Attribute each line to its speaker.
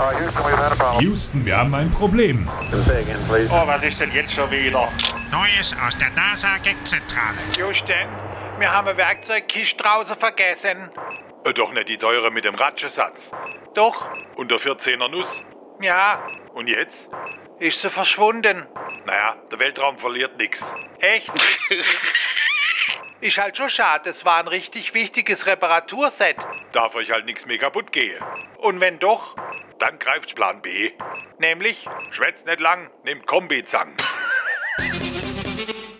Speaker 1: Uh, Houston, we've had a problem.
Speaker 2: Houston, wir haben ein Problem.
Speaker 1: Say again, please.
Speaker 3: Oh, was ist denn jetzt schon wieder?
Speaker 4: Neues aus der NASA-Gag-Zentrale.
Speaker 5: Justin, wir haben eine Werkzeugkiste draußen vergessen.
Speaker 6: Äh, Doch nicht die teure mit dem Ratschesatz.
Speaker 5: Doch,
Speaker 6: Und der 14er Nuss.
Speaker 5: ja,
Speaker 6: Und jetzt?
Speaker 5: ist sie verschwunden.
Speaker 6: Naja, der Weltraum verliert nichts.
Speaker 5: Echt? ist halt schon schade, es war ein richtig wichtiges Reparaturset.
Speaker 6: Darf euch halt nichts mehr kaputt gehen.
Speaker 5: Und wenn doch,
Speaker 6: Dann greift Plan B.
Speaker 5: nämlich
Speaker 6: Schwätzt nicht lang, nehmt Kombizangen.